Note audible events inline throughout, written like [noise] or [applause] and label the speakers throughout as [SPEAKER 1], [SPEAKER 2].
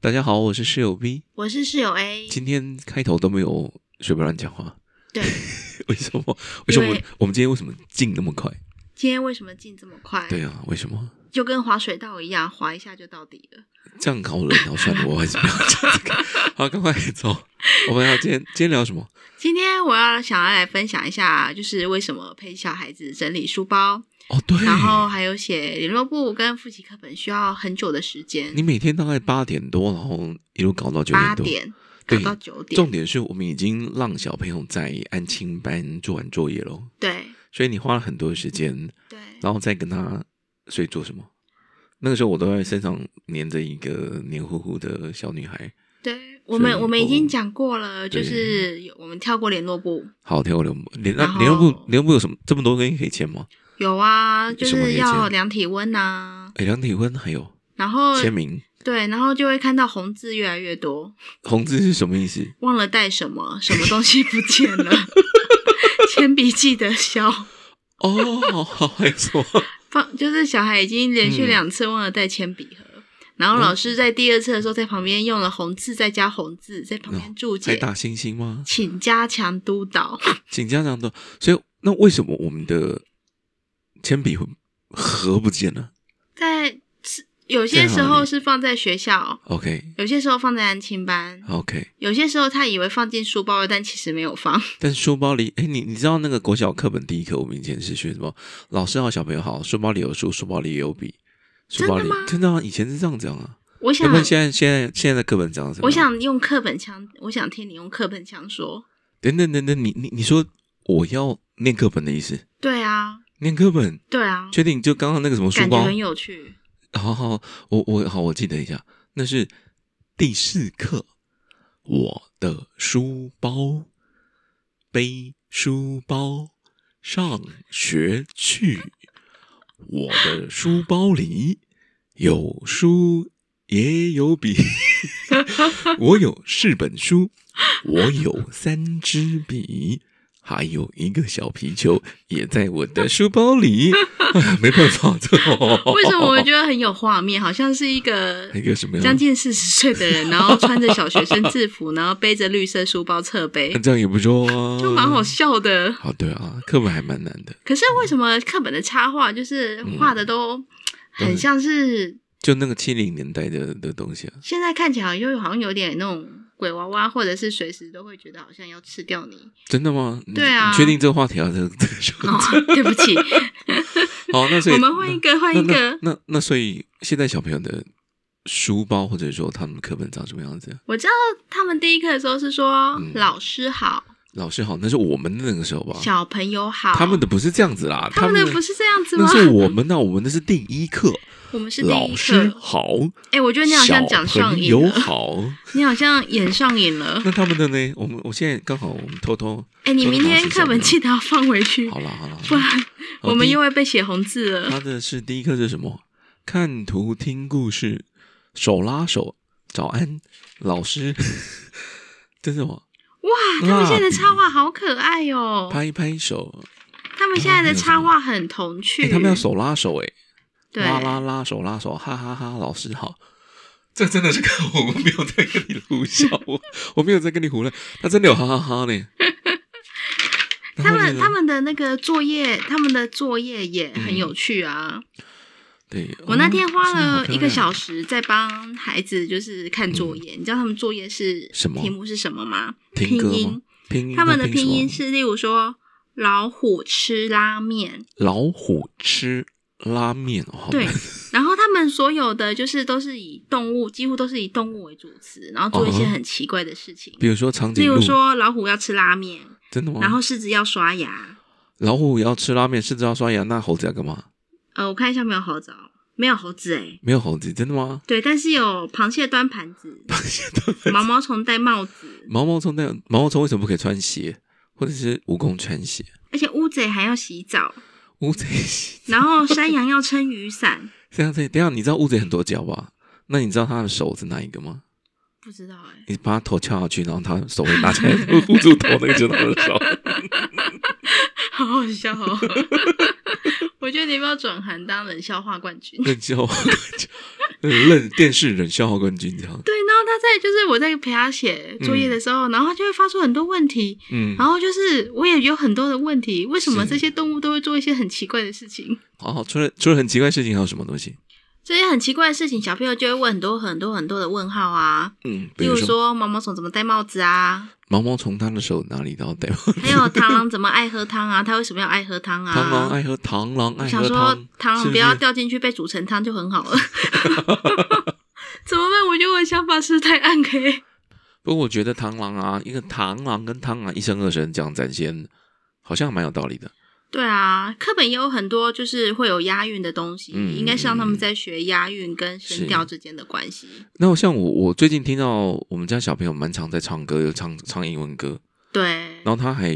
[SPEAKER 1] 大家好，我是室友 B，
[SPEAKER 2] 我是室友 A，
[SPEAKER 1] 今天开头都没有水不乱讲话，
[SPEAKER 2] 嗯对，
[SPEAKER 1] [laughs] 为什么？为什么
[SPEAKER 2] 因
[SPEAKER 1] 我
[SPEAKER 2] 为
[SPEAKER 1] 们我们今天为什么进那么快？
[SPEAKER 2] 今天为什么进这么快？
[SPEAKER 1] 对啊，为什么？
[SPEAKER 2] 就跟滑水道一样，滑一下就到底了。
[SPEAKER 1] 这样考人，然后算了，我还是不要讲这个。
[SPEAKER 2] [laughs]
[SPEAKER 1] 好，赶快走，我们要今天今天聊什么？
[SPEAKER 2] 今天我要想要来分享一下，就是为什么陪小孩子整理
[SPEAKER 1] [clears throat]
[SPEAKER 2] 书包，
[SPEAKER 1] 哦，对，
[SPEAKER 2] 然后还有写联络簿跟复习课本需要很久的时间
[SPEAKER 1] 你，每天大概八点多，然后一路搞到九
[SPEAKER 2] 八
[SPEAKER 1] 点多。
[SPEAKER 2] 点搞
[SPEAKER 1] 对
[SPEAKER 2] 到九点
[SPEAKER 1] 重，点是我们已经让小朋友在安亲班做完作业喽，
[SPEAKER 2] 对
[SPEAKER 1] 所以你花了很多时间，
[SPEAKER 2] 对
[SPEAKER 1] 然后再跟他，所以做什么？那个时候我都在身上粘着一个黏糊糊的小女孩。
[SPEAKER 2] 对，我们
[SPEAKER 1] 所以哦
[SPEAKER 2] 我们已经
[SPEAKER 1] 我
[SPEAKER 2] 讲过了，就
[SPEAKER 1] 对
[SPEAKER 2] 是有我们跳过联络簿，
[SPEAKER 1] 好，联络部联
[SPEAKER 2] 然后
[SPEAKER 1] 联络部联络部有什么这么多根可以签吗？
[SPEAKER 2] 有啊，就
[SPEAKER 1] 什么可
[SPEAKER 2] 是
[SPEAKER 1] 以这
[SPEAKER 2] 要
[SPEAKER 1] 样
[SPEAKER 2] 量体温呐、
[SPEAKER 1] 哎，量体温还有
[SPEAKER 2] 然后
[SPEAKER 1] 签名，
[SPEAKER 2] 对，然后就会看到红字越来越多。
[SPEAKER 1] 红字是什么意
[SPEAKER 2] [laughs]
[SPEAKER 1] 思？
[SPEAKER 2] 忘了带什么，什么东西不见了， [laughs] 铅笔记得消。
[SPEAKER 1] 哦，好好，啊还有什么？
[SPEAKER 2] 放就是小孩已经连续
[SPEAKER 1] 嗯
[SPEAKER 2] 两次忘了带铅笔盒，然后老师在第二次的时候在旁边用了红字再加红字，在旁边注
[SPEAKER 1] 还
[SPEAKER 2] 解，
[SPEAKER 1] 打星星吗？
[SPEAKER 2] 请加强督导。
[SPEAKER 1] 请家长都，所以那为什么我们的铅笔盒不见了
[SPEAKER 2] 在是有些时
[SPEAKER 1] 在哪
[SPEAKER 2] 候
[SPEAKER 1] 里
[SPEAKER 2] 是放在学校，
[SPEAKER 1] ？OK
[SPEAKER 2] 有些时候放在安亲班，
[SPEAKER 1] OK，
[SPEAKER 2] 有些时候他以为放进书包了，但其实没有放。
[SPEAKER 1] 但是书包里，哎，你你知道那个国小课本第一课，我们以前是学什么？老师好，小朋友好，书包里有书，书包里也有笔，书包里
[SPEAKER 2] 真的吗
[SPEAKER 1] 真的啊，以前是这样讲啊。要
[SPEAKER 2] 我想
[SPEAKER 1] 不，然现在现在现在的课本长什么样？
[SPEAKER 2] 我想用课本腔，我想听你用课本腔说。
[SPEAKER 1] 等等等等，你你你说我要念课本的意思？
[SPEAKER 2] 对啊，
[SPEAKER 1] 念课本？
[SPEAKER 2] 对啊，
[SPEAKER 1] 确定？就刚刚那个什么书
[SPEAKER 2] 感觉
[SPEAKER 1] 包？
[SPEAKER 2] 很有趣。
[SPEAKER 1] 好好，我我好，我记得一下，那是第四课，我的书包，背书包上学去，我的书包里有书也有笔， [laughs] 我有四本书，我有三支笔。还有一个小皮球也在我的书包里， [laughs] 哎没办法，这
[SPEAKER 2] [laughs] 为什么我觉得很有画面？好像是一个
[SPEAKER 1] 一个什么样的？
[SPEAKER 2] 将近四十岁的人，然后穿着小学生制服， [laughs] 然后背着绿色书包侧
[SPEAKER 1] 那
[SPEAKER 2] 背，
[SPEAKER 1] 这样也不错啊，
[SPEAKER 2] 就蛮好笑的。
[SPEAKER 1] 好，对啊，课本还蛮难的，
[SPEAKER 2] 可是为什么课本的插画就是画的都
[SPEAKER 1] 嗯对
[SPEAKER 2] 很像是
[SPEAKER 1] 就那个七零年代的的东西啊。
[SPEAKER 2] 现在看起来又好像有点那种鬼娃娃，或者是随时都会觉得好像要吃掉
[SPEAKER 1] [laughs]
[SPEAKER 2] 你。
[SPEAKER 1] 真的吗？你
[SPEAKER 2] 对啊
[SPEAKER 1] 你确定这个话题啊？这个这个时候
[SPEAKER 2] 哦，对不起，
[SPEAKER 1] 好，那所以
[SPEAKER 2] 我们换一个，换
[SPEAKER 1] 那
[SPEAKER 2] 一
[SPEAKER 1] 那 [laughs]
[SPEAKER 2] 个
[SPEAKER 1] 那。那那所以现在小朋友的书包或者说他们的课本长什么样子啊？
[SPEAKER 2] 我知道他们第一课的时候是说
[SPEAKER 1] 嗯
[SPEAKER 2] 老师好，
[SPEAKER 1] 老师好，那是我们的那个时候吧？
[SPEAKER 2] 小朋友好，
[SPEAKER 1] 他们的不是这样子啦，
[SPEAKER 2] 他们
[SPEAKER 1] 们
[SPEAKER 2] 的不是这样子吗
[SPEAKER 1] 那？是我们那我们那是第一课，
[SPEAKER 2] 我们是第
[SPEAKER 1] 老
[SPEAKER 2] 一
[SPEAKER 1] 师
[SPEAKER 2] 课。
[SPEAKER 1] 好，
[SPEAKER 2] 哎、我觉得你好像讲
[SPEAKER 1] 小
[SPEAKER 2] 上
[SPEAKER 1] 朋
[SPEAKER 2] 瘾
[SPEAKER 1] 友
[SPEAKER 2] 了， [laughs]
[SPEAKER 1] 好。
[SPEAKER 2] 你好像演上瘾了。
[SPEAKER 1] 那他们的呢？我们我现在刚好我们偷偷
[SPEAKER 2] 哎、你明天课本记得要放回去，
[SPEAKER 1] 好了好了，
[SPEAKER 2] [laughs] 不然
[SPEAKER 1] 好
[SPEAKER 2] 我们
[SPEAKER 1] 第一啊
[SPEAKER 2] 又会被写红字了。
[SPEAKER 1] 他的是第一课是什么？看图听故事，手拉手，早安，老师， [laughs] 这是什么？
[SPEAKER 2] 哇，他们
[SPEAKER 1] 啊
[SPEAKER 2] 现在的插画好可爱哦、
[SPEAKER 1] 拍拍手，
[SPEAKER 2] 他们现在的插画很童趣。
[SPEAKER 1] 哎、他们要手拉手、欸，
[SPEAKER 2] 对
[SPEAKER 1] 拉拉拉手拉手，哈哈哈老师好。这真的是看我，我没有在跟你胡笑，我 [laughs] 我没有在跟你胡乱，他真的有哈哈哈呢。
[SPEAKER 2] [laughs] 他
[SPEAKER 1] 然后
[SPEAKER 2] 们
[SPEAKER 1] 呢
[SPEAKER 2] 他们的那个作业，他们的作业也很有趣啊。
[SPEAKER 1] 对，哦
[SPEAKER 2] 我那天花了一个
[SPEAKER 1] 嗯时。真的好漂亮啊
[SPEAKER 2] 小时在帮孩子就是看作业，你知道他们作业是
[SPEAKER 1] 嗯什么
[SPEAKER 2] 题目是什么吗？
[SPEAKER 1] 听歌
[SPEAKER 2] 拼
[SPEAKER 1] 吗
[SPEAKER 2] 音？
[SPEAKER 1] 拼音
[SPEAKER 2] 他们的
[SPEAKER 1] 拼
[SPEAKER 2] 拼音
[SPEAKER 1] 什么
[SPEAKER 2] 是，例如说老虎吃拉面，
[SPEAKER 1] 老虎吃拉面，哦好 [laughs]
[SPEAKER 2] 对
[SPEAKER 1] 难
[SPEAKER 2] 然后他们所有的就是都是以动物，几乎都是以动物为主词，然后做一
[SPEAKER 1] 嗯
[SPEAKER 2] 些
[SPEAKER 1] 哼
[SPEAKER 2] 很奇怪的事情，
[SPEAKER 1] 比如哦说长
[SPEAKER 2] 例
[SPEAKER 1] 颈
[SPEAKER 2] 如
[SPEAKER 1] 鹿，
[SPEAKER 2] 说老虎要吃拉面，
[SPEAKER 1] 真的吗？
[SPEAKER 2] 然后狮子要刷牙。
[SPEAKER 1] 老虎要吃拉面，狮子要刷牙，那猴子要干嘛？
[SPEAKER 2] 呃，我看一下有没有猴子哦，没有猴子诶、
[SPEAKER 1] 没有猴子，真的
[SPEAKER 2] [laughs]
[SPEAKER 1] 吗？
[SPEAKER 2] 对，但是有螃蟹端盘子，毛毛虫戴帽子，
[SPEAKER 1] 毛毛虫那毛毛虫为什么不可以穿鞋，或者是蜈蚣穿鞋？
[SPEAKER 2] 而且乌贼还要洗澡，
[SPEAKER 1] 乌贼是
[SPEAKER 2] 然后山羊要撑雨伞，
[SPEAKER 1] [laughs] 这样子，等一下你知道乌贼很多脚吧？那你知道它的手是哪一个吗？
[SPEAKER 2] 不知道欸诶、
[SPEAKER 1] 你把它头翘下去，然后它手会拿起来护
[SPEAKER 2] [laughs]
[SPEAKER 1] 住头，那个就是它的手。
[SPEAKER 2] 好好笑哦！ [laughs] 我觉得你要不要转行当冷笑话冠军？
[SPEAKER 1] 冷笑话冠军，冷电视冷笑话冠军这
[SPEAKER 2] [laughs]
[SPEAKER 1] 样。
[SPEAKER 2] 对，然后他在就是我在陪他写作业的时候，然后他就会发出很多问题，
[SPEAKER 1] 嗯，
[SPEAKER 2] 然后就是我也有很多的问题，为什么
[SPEAKER 1] 是
[SPEAKER 2] 这些动物都会做一些很奇怪的事情？
[SPEAKER 1] 好好，除了除了很奇怪的事情，还有什么东西？
[SPEAKER 2] 这些很奇怪的事情，小朋友就会问很多很多很多的问号啊，
[SPEAKER 1] 嗯，比
[SPEAKER 2] 例如
[SPEAKER 1] 如
[SPEAKER 2] 说毛毛虫怎么戴帽子啊，
[SPEAKER 1] 毛毛虫它的手哪里到戴？
[SPEAKER 2] 还有螳螂怎么爱喝汤啊，它为什么要爱喝汤啊？
[SPEAKER 1] 螳螂爱喝螳螂爱
[SPEAKER 2] 想
[SPEAKER 1] 喝
[SPEAKER 2] 说
[SPEAKER 1] 汤，
[SPEAKER 2] 螳
[SPEAKER 1] 是
[SPEAKER 2] 螂不
[SPEAKER 1] 是
[SPEAKER 2] 要掉进去被煮成汤就很好了。 [laughs] 怎么办？我觉得我的想法是太暗黑。
[SPEAKER 1] 不过我觉得螳螂啊，一个螳螂跟螳螂一生二神这样展现，好像蛮有道理的。
[SPEAKER 2] 对啊，课本也有很多就是会有押韵的东西，
[SPEAKER 1] 嗯
[SPEAKER 2] 应该是让他们在学押韵跟声调之间的关系。
[SPEAKER 1] 那像我，我最近听到我们家小朋友蛮常在唱歌，有唱唱英文歌，
[SPEAKER 2] 对，
[SPEAKER 1] 然后他还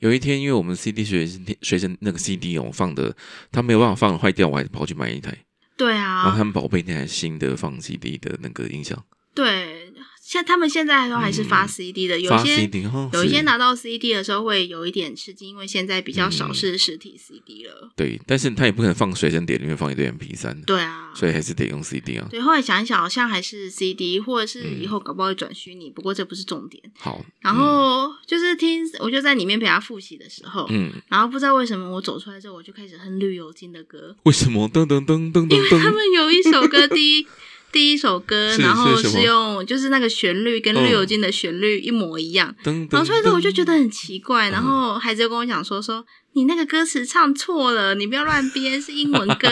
[SPEAKER 1] 有一天，因为我们 CD 学生学生那个 CD 哦放的，他没有办法放坏掉，我还跑去买一台，
[SPEAKER 2] 对
[SPEAKER 1] 然后
[SPEAKER 2] 啊
[SPEAKER 1] 他，们宝贝那台新的放 CD 的那个音响，
[SPEAKER 2] 对。像他们现在都还是发哦
[SPEAKER 1] 嗯
[SPEAKER 2] CD 的，有
[SPEAKER 1] 发
[SPEAKER 2] 些
[SPEAKER 1] CD 哈，
[SPEAKER 2] 有一些
[SPEAKER 1] 是
[SPEAKER 2] 拿到 CD 的时候会有一点吃惊，因为现在比较少
[SPEAKER 1] 嗯
[SPEAKER 2] 是实体 CD 了。
[SPEAKER 1] 对，但是他也不可能放随身碟里面放一堆 MP 三，
[SPEAKER 2] 对啊，
[SPEAKER 1] 所以还是得用 CD 啊。
[SPEAKER 2] 对，后来想一想，好像还是 CD，或者是
[SPEAKER 1] 嗯
[SPEAKER 2] 以后搞不好会转虚拟，不过这不是重点。
[SPEAKER 1] 好，
[SPEAKER 2] 然后就是听，我就在里面陪他复习的时候，
[SPEAKER 1] 嗯，嗯
[SPEAKER 2] 然后不知道为什么我走出来之后，我就开始哼绿油精的歌，
[SPEAKER 1] 为什么噔噔噔噔
[SPEAKER 2] 因
[SPEAKER 1] 噔
[SPEAKER 2] 为他
[SPEAKER 1] 噔？
[SPEAKER 2] 们有一首
[SPEAKER 1] [laughs]
[SPEAKER 2] 歌第一。第一首歌，
[SPEAKER 1] 是
[SPEAKER 2] 然后
[SPEAKER 1] 是什么
[SPEAKER 2] 是用就是那个旋律跟
[SPEAKER 1] 嗯
[SPEAKER 2] 绿油精的旋律一模一样，
[SPEAKER 1] 噔
[SPEAKER 2] 然后
[SPEAKER 1] 噔
[SPEAKER 2] 出来之后我就觉得
[SPEAKER 1] 噔
[SPEAKER 2] 很奇
[SPEAKER 1] 嗯
[SPEAKER 2] 怪，然后孩子就跟我讲说说你那个歌词唱错了，你不要乱编，是英文
[SPEAKER 1] [laughs]
[SPEAKER 2] 歌，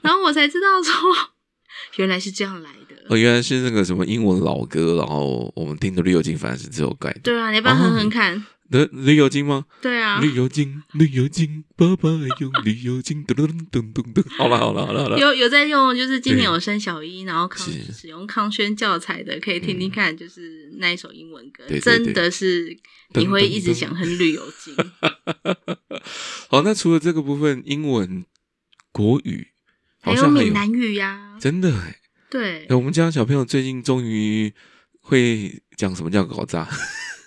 [SPEAKER 2] 然后我才知道说 [laughs] 原来是这样来的。
[SPEAKER 1] 哦，原来是那个什么英文老歌，然后我们听的绿油精反而是只有改的。
[SPEAKER 2] 对啊，你要不要哼
[SPEAKER 1] 哦
[SPEAKER 2] 哼看？
[SPEAKER 1] 的绿油精吗？
[SPEAKER 2] 对啊，
[SPEAKER 1] 绿油精，绿油精，爸爸用绿油精，噔噔噔噔噔。好了好了好了好 [laughs] 了，
[SPEAKER 2] 有有在用，就是今年
[SPEAKER 1] 对
[SPEAKER 2] 有升小一，然后康
[SPEAKER 1] 是嗯
[SPEAKER 2] 使用康轩教材的，可以听听看，就是那一首英文歌，
[SPEAKER 1] 对对
[SPEAKER 2] 真的是你会一直
[SPEAKER 1] 噔噔噔
[SPEAKER 2] 想哼绿油
[SPEAKER 1] [laughs]
[SPEAKER 2] 精。
[SPEAKER 1] 好，那除了这个部分，英文、国语好
[SPEAKER 2] 有
[SPEAKER 1] 像还
[SPEAKER 2] 闽
[SPEAKER 1] 有
[SPEAKER 2] 南语呀、
[SPEAKER 1] 真的哎、
[SPEAKER 2] 对
[SPEAKER 1] 哎我们家小朋友最近终于会讲什么叫搞砸，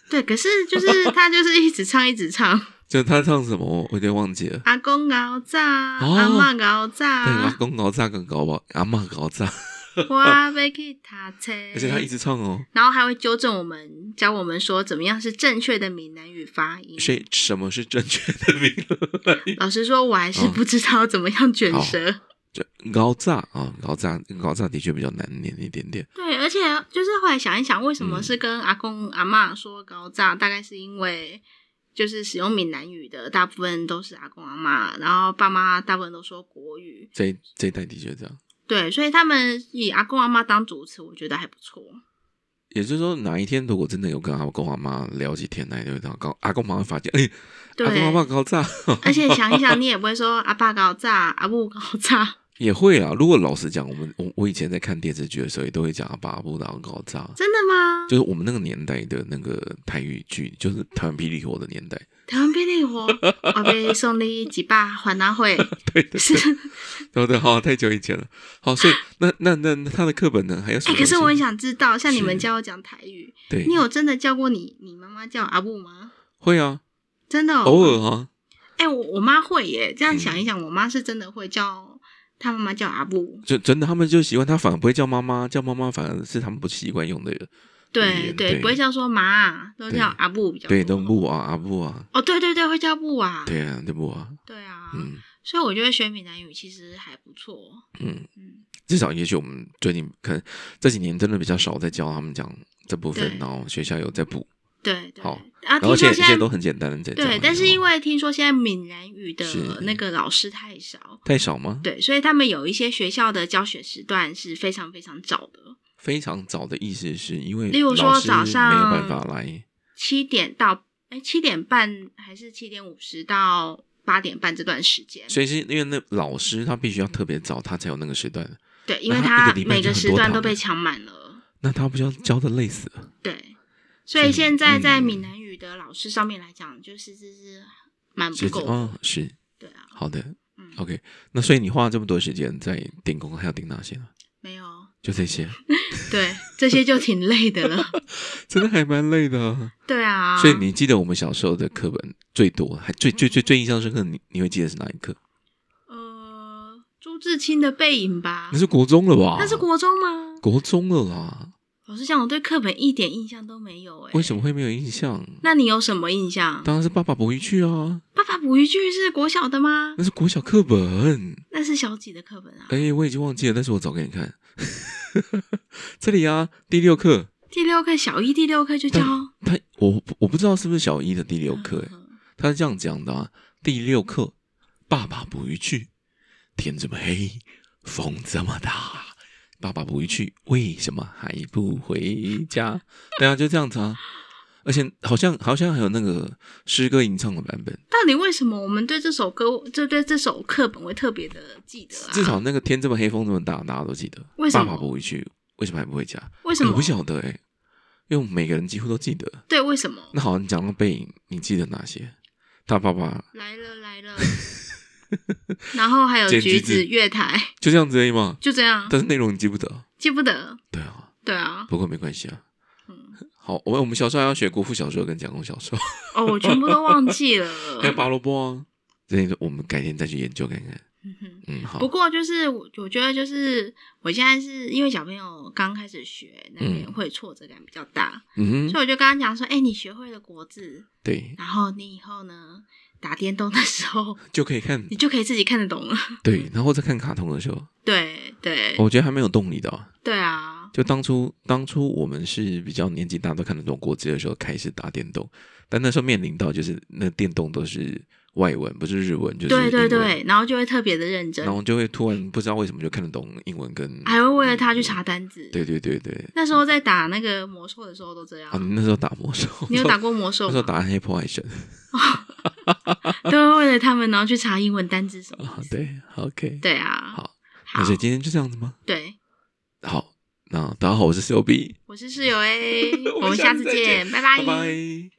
[SPEAKER 2] 对，可是就是他就是一直唱一直唱，
[SPEAKER 1] [laughs] 就他唱什么我有点忘记了。
[SPEAKER 2] 阿公熬炸，
[SPEAKER 1] 哦
[SPEAKER 2] 阿嬷熬
[SPEAKER 1] 对，阿
[SPEAKER 2] 炸，
[SPEAKER 1] 公搞砸跟搞吧，阿妈搞砸，
[SPEAKER 2] 我要去踏车，
[SPEAKER 1] [laughs] 而且他一直唱哦，
[SPEAKER 2] 然后还会纠正我们，教我们说怎么样是正确的闽南语发音。
[SPEAKER 1] 谁什么是正确的名字？
[SPEAKER 2] 老实说，我还是
[SPEAKER 1] 哦
[SPEAKER 2] 不知道怎么样卷
[SPEAKER 1] 好
[SPEAKER 2] 舌。
[SPEAKER 1] 这搞砸啊，搞砸，搞砸的确比较难念一点点。
[SPEAKER 2] 对，而且就是后来想一想，为什么
[SPEAKER 1] 嗯
[SPEAKER 2] 是跟阿公阿嬷说高炸，大概是因为就是使用闽南语的大部分都是阿公阿嬷，然后爸妈大部分都说国语，
[SPEAKER 1] 这一这一代的确这样。
[SPEAKER 2] 对，所以他们以阿公阿嬷当主持，我觉得还不错。
[SPEAKER 1] 也就是说，哪一天如果真的有跟阿公阿妈聊起天来，就会到高阿公妈妈发现，哎、
[SPEAKER 2] 对
[SPEAKER 1] 阿公阿妈搞炸，
[SPEAKER 2] 而且想一想，你也不会说阿爸高炸，阿母高炸，
[SPEAKER 1] 也会啊。如果老实讲，我们我我以前在看电视剧的时候，也都会讲阿爸阿布然后搞炸，
[SPEAKER 2] 真的吗？
[SPEAKER 1] 就是我们那个年代的那个台语剧，就是台湾霹雳火的年代， [laughs]
[SPEAKER 2] 台湾霹雳火，我被送你几把还
[SPEAKER 1] [laughs]
[SPEAKER 2] 拿会，
[SPEAKER 1] 对对
[SPEAKER 2] 是
[SPEAKER 1] 对对对，好，太久以前了。好，所以那那那那他的课本呢？还有什
[SPEAKER 2] 哎、
[SPEAKER 1] 么东西？
[SPEAKER 2] 可是我很想知道，像你们
[SPEAKER 1] 是
[SPEAKER 2] 教我讲台语，
[SPEAKER 1] 对
[SPEAKER 2] 你有真的叫过你你妈妈叫阿布吗？
[SPEAKER 1] 会啊，
[SPEAKER 2] 真的、哦，
[SPEAKER 1] 偶尔嗯啊，
[SPEAKER 2] 哎、我我妈会耶，这样想一想，我妈是真的会叫她妈妈叫阿布，
[SPEAKER 1] 就真的他们就习惯，他反而不会叫妈妈，叫妈妈反而是他们不习惯用的，语
[SPEAKER 2] 对
[SPEAKER 1] 言
[SPEAKER 2] 对，
[SPEAKER 1] 对
[SPEAKER 2] 不会叫说妈，啊都
[SPEAKER 1] 对
[SPEAKER 2] 叫阿布比较多。
[SPEAKER 1] 对，都不啊阿布啊，
[SPEAKER 2] 哦，对对对，会叫布啊，
[SPEAKER 1] 对啊，对不啊，
[SPEAKER 2] 对啊，
[SPEAKER 1] 嗯。
[SPEAKER 2] 所以我觉得学闽南语其实还不错。
[SPEAKER 1] 嗯
[SPEAKER 2] 嗯，
[SPEAKER 1] 至少也许我们最近可能这几年真的比较少在教他们讲这部分
[SPEAKER 2] 对，
[SPEAKER 1] 然后学校有在补，
[SPEAKER 2] 对对，
[SPEAKER 1] 好
[SPEAKER 2] 啊，
[SPEAKER 1] 然
[SPEAKER 2] 听
[SPEAKER 1] 后现
[SPEAKER 2] 说
[SPEAKER 1] 在现在
[SPEAKER 2] 现
[SPEAKER 1] 都
[SPEAKER 2] 在
[SPEAKER 1] 很简单的在教。
[SPEAKER 2] 对，但是因
[SPEAKER 1] 为
[SPEAKER 2] 为听说现在闽南语的
[SPEAKER 1] 是嗯
[SPEAKER 2] 那个老师太少，
[SPEAKER 1] 太少吗？
[SPEAKER 2] 对，所以他们有一些学校的教学时段是非常非常早的，
[SPEAKER 1] 非常早的意思是因为
[SPEAKER 2] 例如说
[SPEAKER 1] 老师
[SPEAKER 2] 早上
[SPEAKER 1] 没有办法来，
[SPEAKER 2] 七点到哎七点半还是七点五十到八点半这段时间。
[SPEAKER 1] 所以是因为那老师他必须要特别早，他才有那个时段。
[SPEAKER 2] 对，因为
[SPEAKER 1] 那他一
[SPEAKER 2] 它
[SPEAKER 1] 个礼拜
[SPEAKER 2] 每
[SPEAKER 1] 就
[SPEAKER 2] 个
[SPEAKER 1] 很
[SPEAKER 2] 时
[SPEAKER 1] 多
[SPEAKER 2] 段
[SPEAKER 1] 堂
[SPEAKER 2] 都被
[SPEAKER 1] 了
[SPEAKER 2] 抢满了。
[SPEAKER 1] 那他不就要教的累死了？
[SPEAKER 2] 对，所以
[SPEAKER 1] 是
[SPEAKER 2] 现在在
[SPEAKER 1] 嗯
[SPEAKER 2] 闽南语的老师上面来讲，就是是是蛮不
[SPEAKER 1] 是
[SPEAKER 2] 够的。
[SPEAKER 1] 哦，是
[SPEAKER 2] 对啊，
[SPEAKER 1] 好的
[SPEAKER 2] 嗯，
[SPEAKER 1] ，OK。那所以你花了这么多时间在顶工，还要顶哪些呢？
[SPEAKER 2] 没有，
[SPEAKER 1] 就这些，
[SPEAKER 2] 对，这些就挺累的了。
[SPEAKER 1] [laughs] 真的还蛮累的啊。
[SPEAKER 2] 对啊，
[SPEAKER 1] [laughs] 所以你记得我们小时候的课本最多，还最最最最印象深刻，你你会记得是哪一课？
[SPEAKER 2] 嗯、朱自清的背影吧
[SPEAKER 1] 那？是国中了吧？
[SPEAKER 2] 那是国中吗？
[SPEAKER 1] 国中了啦，
[SPEAKER 2] 老实讲，我对课本一点印象都没有哎、
[SPEAKER 1] 为什么会没有印象？
[SPEAKER 2] 那你有什么印象？
[SPEAKER 1] 当然是爸爸不一去啊，
[SPEAKER 2] 爸爸捕鱼剧是国小的吗？
[SPEAKER 1] 那是国小课本。
[SPEAKER 2] 那是小几的课本啊？
[SPEAKER 1] 哎、我已经忘记了，但是我找给你看。 [laughs] 这里啊，第六课，
[SPEAKER 2] 第六课小一第六课就教
[SPEAKER 1] 他我我不知道是不是小一的第六课、哎，
[SPEAKER 2] 嗯嗯
[SPEAKER 1] 他是这样讲的啊，第六课，爸爸捕鱼去，天这么黑，风这么大，爸爸捕鱼去，为什么还不回家？对啊，就这样子啊，而且好像好像还有那个诗歌吟唱的版本，
[SPEAKER 2] 到底为什么我们对这首歌，就对这首课本会特别的记得啊？
[SPEAKER 1] 至少那个天这么黑，风这么大，大家都记得。
[SPEAKER 2] 为什么
[SPEAKER 1] 爸爸不回去，为什么还不回家？
[SPEAKER 2] 为什么
[SPEAKER 1] 我不晓得哎、因为我们每个人几乎都记得。
[SPEAKER 2] 对，为什么？
[SPEAKER 1] 那好，你讲到背影，你记得哪些？大爸爸
[SPEAKER 2] 来了
[SPEAKER 1] [laughs]
[SPEAKER 2] 来了，然后还有
[SPEAKER 1] 剪
[SPEAKER 2] 橘
[SPEAKER 1] 橘子
[SPEAKER 2] 子月台，
[SPEAKER 1] 就这样子而已嘛，
[SPEAKER 2] 就这样，
[SPEAKER 1] 但是内容你记不得。
[SPEAKER 2] 记不得。
[SPEAKER 1] 对啊，
[SPEAKER 2] 对啊，
[SPEAKER 1] 不过没关系啊。
[SPEAKER 2] 嗯，
[SPEAKER 1] [laughs] 好，我们我们小时候还要学国父小说跟蒋公小说，
[SPEAKER 2] 哦，我全部都忘记
[SPEAKER 1] [laughs]
[SPEAKER 2] 了。
[SPEAKER 1] 还有拔萝卜啊。这些我们改天再去研究看看。
[SPEAKER 2] 嗯哼
[SPEAKER 1] 嗯，好
[SPEAKER 2] 不。过就是我，我觉得就是我现在是因为小朋友刚开始学，难免会挫折感比较大，
[SPEAKER 1] 嗯
[SPEAKER 2] 所
[SPEAKER 1] 哼，
[SPEAKER 2] 以我就跟他讲说：“哎、你学会了国字，
[SPEAKER 1] 对，
[SPEAKER 2] 然后你以后呢打电动的时候，
[SPEAKER 1] 就可以
[SPEAKER 2] [laughs]
[SPEAKER 1] 看
[SPEAKER 2] 你就可以自己看得懂了。 [laughs]
[SPEAKER 1] 对，然后再看卡通的时候，
[SPEAKER 2] 对”对对
[SPEAKER 1] 我觉得还蛮有动力的、啊。
[SPEAKER 2] 啊，
[SPEAKER 1] 就当初当初我们是比较年纪大都看得懂国字的时候开始打电动，但那时候面临到就是那电动都是外文，不是日文，就是
[SPEAKER 2] 对
[SPEAKER 1] 英文，
[SPEAKER 2] 对对，然后就会特别的认真
[SPEAKER 1] 然，后就会突然不知道为什么就看得懂英文跟，
[SPEAKER 2] 还会为了他去查单字。
[SPEAKER 1] 嗯对对对对，
[SPEAKER 2] 那时候在打那个魔兽的时候都这样。
[SPEAKER 1] 啊，你那时候打魔兽，
[SPEAKER 2] 你有打过魔兽
[SPEAKER 1] 那时候
[SPEAKER 2] 吗？
[SPEAKER 1] 打暗黑破坏神
[SPEAKER 2] 都会为了他们，然后去查英文单字什么
[SPEAKER 1] 啊
[SPEAKER 2] 意，思。
[SPEAKER 1] 对好，OK，
[SPEAKER 2] 对啊，
[SPEAKER 1] 好，
[SPEAKER 2] 好
[SPEAKER 1] 那，所以今天就这样子吗？
[SPEAKER 2] 对，
[SPEAKER 1] 好，那大家好，我是 COB，
[SPEAKER 2] 我是室友 A，
[SPEAKER 1] [laughs] 我
[SPEAKER 2] 我
[SPEAKER 1] 们
[SPEAKER 2] 们
[SPEAKER 1] 下
[SPEAKER 2] 下
[SPEAKER 1] 次
[SPEAKER 2] 次
[SPEAKER 1] 再见
[SPEAKER 2] 见，拜
[SPEAKER 1] 拜拜。